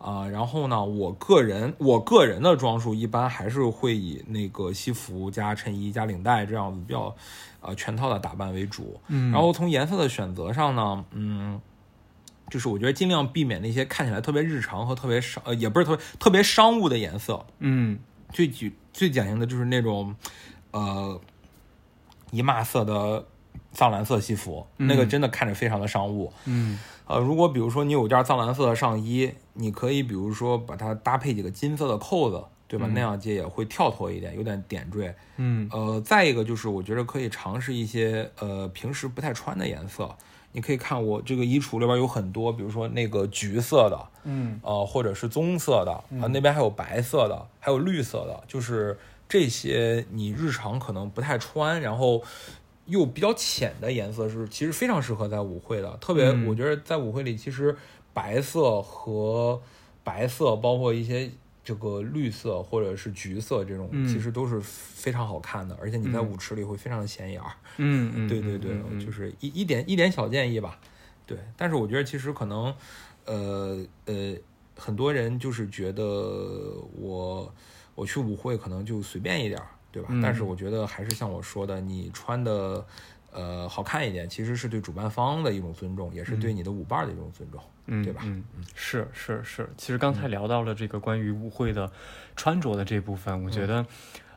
[SPEAKER 2] 啊、然后呢，我个人我个人的装束一般还是会以那个西服加衬衣加领带这样子比较，呃，全套的打扮为主。
[SPEAKER 1] 嗯，
[SPEAKER 2] 然后从颜色的选择上呢，嗯，就是我觉得尽量避免那些看起来特别日常和特别商，呃，也不是特别特别商务的颜色。
[SPEAKER 1] 嗯
[SPEAKER 2] 最举最典型的就是那种，呃，姨妈色的藏蓝色西服，那个
[SPEAKER 1] 嗯
[SPEAKER 2] 真的看着非常的商务。
[SPEAKER 1] 嗯
[SPEAKER 2] 呃，如果比如说你有件藏蓝色的上衣，你可以比如说把它搭配几个金色的扣子，对吧？那样也也会跳脱一点，有点点缀。
[SPEAKER 1] 嗯
[SPEAKER 2] 呃，再一个就是我觉得可以尝试一些呃平时不太穿的颜色。你可以看我这个衣橱里边有很多，比如说那个橘色的，
[SPEAKER 1] 嗯
[SPEAKER 2] 呃，或者是棕色的，啊、那边还有白色的，还有绿色的，就是这些你日常可能不太穿，然后又比较浅的颜色是其实非常适合在舞会的，特别
[SPEAKER 1] 嗯
[SPEAKER 2] 我觉得在舞会里，其实白色和白色包括一些。这个绿色或者是橘色这种，
[SPEAKER 1] 嗯
[SPEAKER 2] 其实都是非常好看的，而且你在舞池里会非常的显眼儿。
[SPEAKER 1] 嗯嗯，
[SPEAKER 2] 对对对，哦
[SPEAKER 1] 嗯嗯
[SPEAKER 2] 就是一一点一点小建议吧。对，但是我觉得其实可能，呃呃，很多人就是觉得我我去舞会可能就随便一点儿，对吧？
[SPEAKER 1] 嗯
[SPEAKER 2] 但是我觉得还是像我说的，你穿的呃好看一点，其实是对主办方的一种尊重，也是对你的舞伴儿的一种尊重。
[SPEAKER 1] 嗯，
[SPEAKER 2] 对吧
[SPEAKER 1] 嗯，是是是。其实刚才聊到了这个关于舞会的穿着的这部分，我觉得，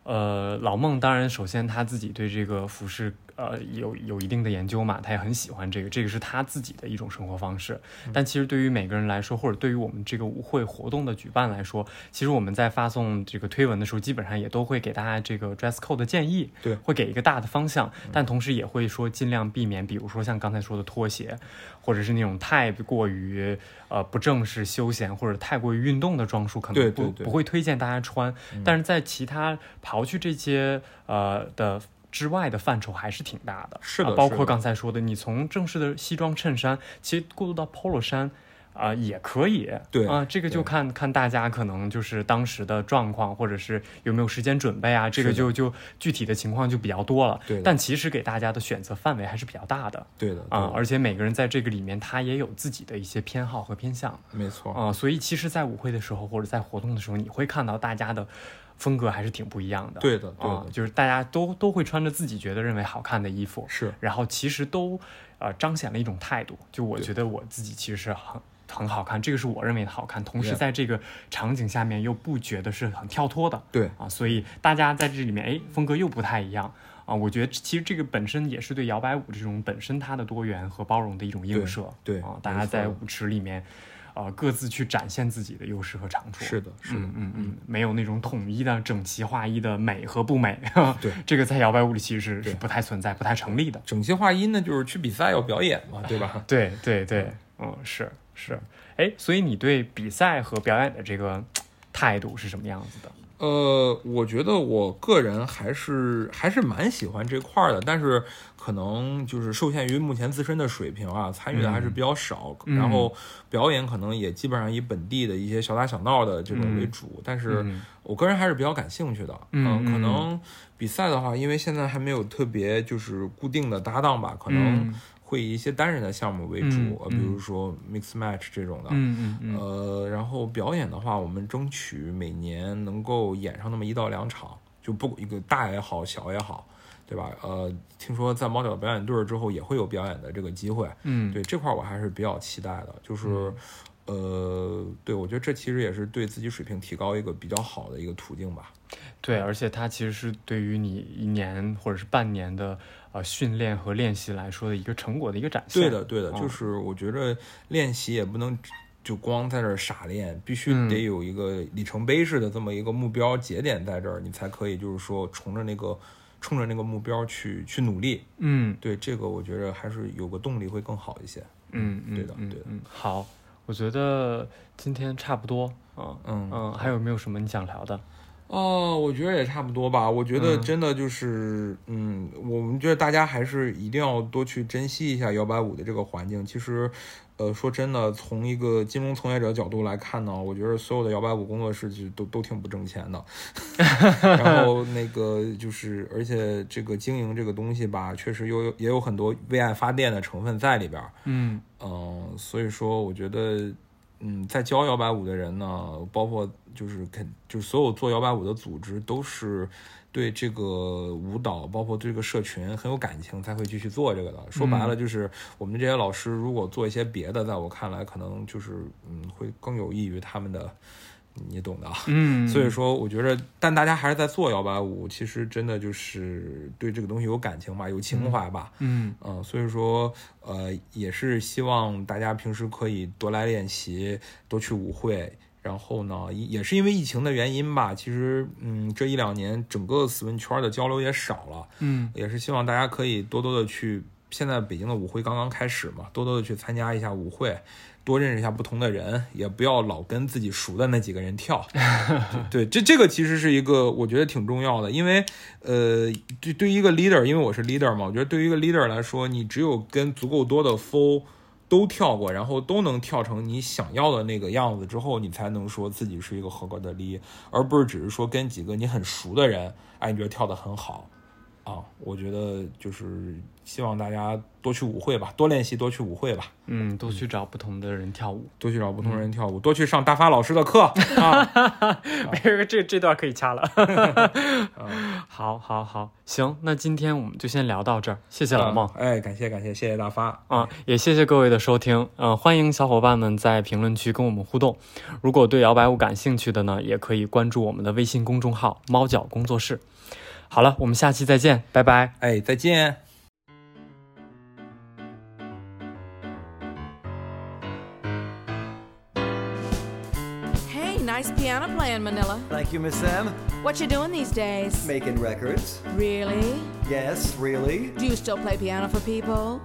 [SPEAKER 1] 呃，老孟当然首先他自己对这个服饰呃有有一定的研究嘛，他也很喜欢这个，这个是他自己的一种生活方式。但其实对于每个人来说，或者对于我们这个舞会活动的举办来说，其实我们在发送这个推文的时候，基本上也都会给大家这个 dress code 的建议，
[SPEAKER 2] 对
[SPEAKER 1] 会给一个大的方向，但同时也会说尽量避免，比如说像刚才说的拖鞋，或者是那种太过于呃不正式、休闲或者太过于运动的装束，可能
[SPEAKER 2] 对
[SPEAKER 1] 不
[SPEAKER 2] 对对嗯
[SPEAKER 1] 不会推荐大家穿。但是在其他刨去这些呃的。之外的范畴还是挺大的，
[SPEAKER 2] 是的
[SPEAKER 1] 啊包
[SPEAKER 2] 是
[SPEAKER 1] 括
[SPEAKER 2] 的
[SPEAKER 1] 刚才说的，你从正式的西装衬衫，其实过渡到 polo 衫，啊、也可以。
[SPEAKER 2] 对
[SPEAKER 1] 啊、这个就
[SPEAKER 2] 对
[SPEAKER 1] 看看大家可能就是当时的状况，或者是有没有时间准备啊，这个
[SPEAKER 2] 是的
[SPEAKER 1] 就就具体的情况就比较多了。
[SPEAKER 2] 对的
[SPEAKER 1] 但其实给大家的选择范围还是比较大的
[SPEAKER 2] 对的，对
[SPEAKER 1] 啊、
[SPEAKER 2] 的
[SPEAKER 1] 而且每个人在这个里面他也有自己的一些偏好和偏向。
[SPEAKER 2] 没错，
[SPEAKER 1] 啊、所以其实，在舞会的时候或者在活动的时候，你会看到大家的风格还是挺不一样的。
[SPEAKER 2] 对的，对
[SPEAKER 1] 啊、
[SPEAKER 2] 的，
[SPEAKER 1] 就是大家都都会穿着自己觉得认为好看的衣服，
[SPEAKER 2] 是
[SPEAKER 1] 然后其实都呃彰显了一种态度。就我
[SPEAKER 2] 对
[SPEAKER 1] 觉得我自己其实是很很好看，这个是我认为的好看，同时
[SPEAKER 2] Yeah
[SPEAKER 1] 在这个场景下面又不觉得是很跳脱的。
[SPEAKER 2] 对，
[SPEAKER 1] 啊，所以大家在这里面，哎，风格又不太一样啊。我觉得其实这个本身也是对摇摆舞这种本身它的多元和包容的一种映
[SPEAKER 2] 对
[SPEAKER 1] 射。
[SPEAKER 2] 对
[SPEAKER 1] 啊，大
[SPEAKER 2] 没
[SPEAKER 1] 家
[SPEAKER 2] 错
[SPEAKER 1] 在
[SPEAKER 2] 的
[SPEAKER 1] 舞池里面，呃，各自去展现自己的优势和长处。
[SPEAKER 2] 是的，是的
[SPEAKER 1] 嗯，嗯嗯，没有那种统一的、整齐划一的美和不美。
[SPEAKER 2] 对，
[SPEAKER 1] 这个在摇摆舞里其实是
[SPEAKER 2] 对
[SPEAKER 1] 是不太存在、不太成立的。
[SPEAKER 2] 整齐划一呢，就是去比赛要表演嘛，对吧？
[SPEAKER 1] 对对对，嗯，是是。哎，所以你对比赛和表演的这个态度是什么样子的？
[SPEAKER 2] 呃，我觉得我个人还是还是蛮喜欢这块儿的，但是可能就是受限于目前自身的水平啊，参与的还是比较少。
[SPEAKER 1] 嗯
[SPEAKER 2] 然后表演可能也基本上以本地的一些小打小闹的这种为主，但是
[SPEAKER 1] 嗯
[SPEAKER 2] 我个人还是比较感兴趣的。呃
[SPEAKER 1] 嗯
[SPEAKER 2] 可
[SPEAKER 1] 嗯
[SPEAKER 2] 能比赛的话，因为现在还没有特别就是固定的搭档吧，可能
[SPEAKER 1] 嗯
[SPEAKER 2] 会以一些单人的项目为主，
[SPEAKER 1] 嗯
[SPEAKER 2] 呃比如
[SPEAKER 1] 嗯
[SPEAKER 2] 说 mix match 这种的。
[SPEAKER 1] 嗯嗯嗯
[SPEAKER 2] 呃，然后表演的话，我们争取每年能够演上那么一到两场，就不一个大也好，小也好，对吧？呃，听说在猫脚表演队儿之后也会有表演的这个机会，
[SPEAKER 1] 嗯，
[SPEAKER 2] 对这块儿我还是比较期待的，就是。呃，对，我觉得这其实也是对自己水平提高一个比较好的一个途径吧。
[SPEAKER 1] 对，而且它其实是对于你一年或者是半年的呃训练和练习来说的一个成果的一个展现。
[SPEAKER 2] 对的，对的，
[SPEAKER 1] 哦
[SPEAKER 2] 就是我觉着练习也不能只就光在这儿傻练，必须
[SPEAKER 1] 嗯
[SPEAKER 2] 得有一个里程碑式的这么一个目标节点在这儿，你才可以就是说冲着那个冲着那个目标去去努力。
[SPEAKER 1] 嗯
[SPEAKER 2] 对这个，我觉着还是有个动力会更好一些。
[SPEAKER 1] 嗯嗯，
[SPEAKER 2] 对的
[SPEAKER 1] 嗯
[SPEAKER 2] 对的
[SPEAKER 1] 嗯，好，我觉得今天差不多，嗯
[SPEAKER 2] 嗯
[SPEAKER 1] 嗯，还有没有什么你想聊的？
[SPEAKER 2] 哦，我觉得也差不多吧。我觉得真的就是，嗯，我们觉得大家还是一定要多去珍惜一下摇摆舞的这个环境。其实，呃，说真的，从一个金融从业者角度来看呢，我觉得所有的摇摆舞工作室其实都都挺不挣钱的。 然后那个就是，而且这个经营这个东西吧，确实有也有很多为爱发电的成分在里边儿。
[SPEAKER 1] 嗯
[SPEAKER 2] 嗯，所以说我觉得，嗯，在教摇摆舞的人呢，包括就是肯就是所有做摇摆舞的组织，都是对这个舞蹈，包括对这个社群很有感情，才会继续做这个的。说白了，就是我们这些老师如果做一些别的，在我看来，可能就是嗯，会更有益于他们的，你懂的啊。
[SPEAKER 1] 嗯，
[SPEAKER 2] 所以说，我觉着，但大家还是在做摇摆舞，其实真的就是对这个东西有感情吧，有情怀吧。
[SPEAKER 1] 嗯
[SPEAKER 2] 嗯，所以说，呃，也是希望大家平时可以多来练习，多去舞会。然后呢，也也是因为疫情的原因吧，其实，嗯，这一两年整个 swing 圈的交流也少了，
[SPEAKER 1] 嗯
[SPEAKER 2] 也是希望大家可以多多的去。现在北京的舞会刚刚开始嘛，多多的去参加一下舞会，多认识一下不同的人，也不要老跟自己熟的那几个人跳。对，这这个其实是一个我觉得挺重要的，因为呃，对对于一个 leader，因为我是 leader 嘛，我觉得对于一个 leader 来说，你只有跟足够多的 full 都跳过，然后都能跳成你想要的那个样子之后，你才能说自己是一个合格的 lead，而不是只是说跟几个你很熟的人，哎，你觉得跳得很好。啊，我觉得就是希望大家多去舞会吧，多练习，多去舞会吧，
[SPEAKER 1] 嗯，都去找不同的人跳舞。
[SPEAKER 2] 多去找不同人跳舞，多去上大发老师的课啊。
[SPEAKER 1] 没有，这这段可以掐了。 好，好，好，行，那今天我们就先聊到这儿，谢谢老孟。
[SPEAKER 2] 哎，感谢感谢，谢谢大发。
[SPEAKER 1] 啊，也谢谢各位的收听，呃，欢迎小伙伴们在评论区跟我们互动。如果对摇摆舞感兴趣的呢，也可以关注我们的微信公众号“猫脚工作室”。好了，我们下期再见，拜拜。
[SPEAKER 2] 哎，再见。
[SPEAKER 3] Hey, nice piano playing, Manila.
[SPEAKER 4] Thank you, Miss M.
[SPEAKER 3] What you doing these days?
[SPEAKER 4] Making records.
[SPEAKER 3] Really?
[SPEAKER 4] Yes, really?
[SPEAKER 3] Do you still play piano for people?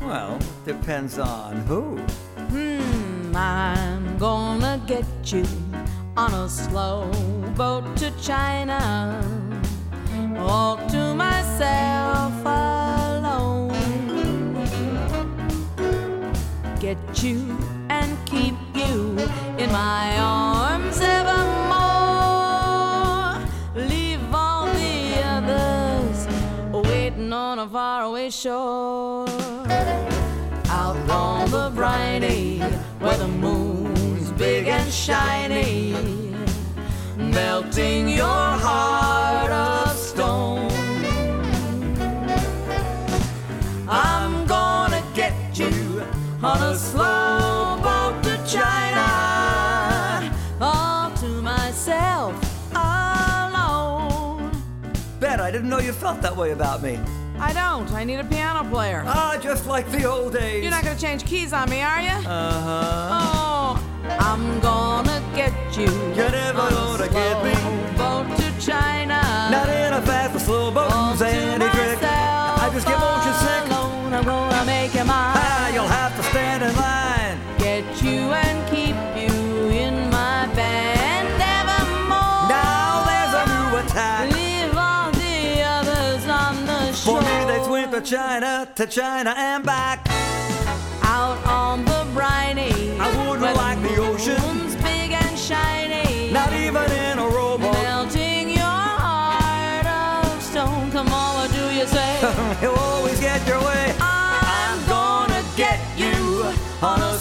[SPEAKER 4] Well, depends on who.
[SPEAKER 3] Hmm, I'm gonna get you on a slow boat to China. All to myself alone. Get you an and keep you in my arms evermore. Leave all the others waiting on a faraway shore out on the briny where the moon's big and shiny, melting your heart of stone. I'm gonna get you on a slow boat to China, all to myself alone.
[SPEAKER 4] Bet I didn't know you felt that way about me.
[SPEAKER 3] I don't. I need a piano player.
[SPEAKER 4] Ah, just like the old days.
[SPEAKER 3] You're not gonna change keys on me, are you?
[SPEAKER 4] Uh-huh.
[SPEAKER 3] Oh, I'm gonna get you.
[SPEAKER 4] You're never
[SPEAKER 3] on a
[SPEAKER 4] gonna get me.
[SPEAKER 3] Boat to China.
[SPEAKER 4] Not in a fast or slow boat,
[SPEAKER 3] Oh. All to
[SPEAKER 4] any trick.
[SPEAKER 3] myself Oh.
[SPEAKER 4] I just get motion sick.
[SPEAKER 3] Alone, I'm gonna make you mine.
[SPEAKER 4] Ah, you'll have to stand in line.
[SPEAKER 3] get you and keep you in my band evermore.
[SPEAKER 4] Now there's a new attack.
[SPEAKER 3] Leave all the others on the
[SPEAKER 4] For
[SPEAKER 3] shore.
[SPEAKER 4] me, they swim to China, to China and back.
[SPEAKER 3] out on the briny.
[SPEAKER 4] I wouldn't
[SPEAKER 3] where
[SPEAKER 4] like the ocean.
[SPEAKER 3] moon's big and shiny.
[SPEAKER 4] Not even in a rowboat.
[SPEAKER 3] Melting your heart of stone. Come on, what do you say? Uh,
[SPEAKER 4] You'll always get your way.
[SPEAKER 3] I'm gonna get you on a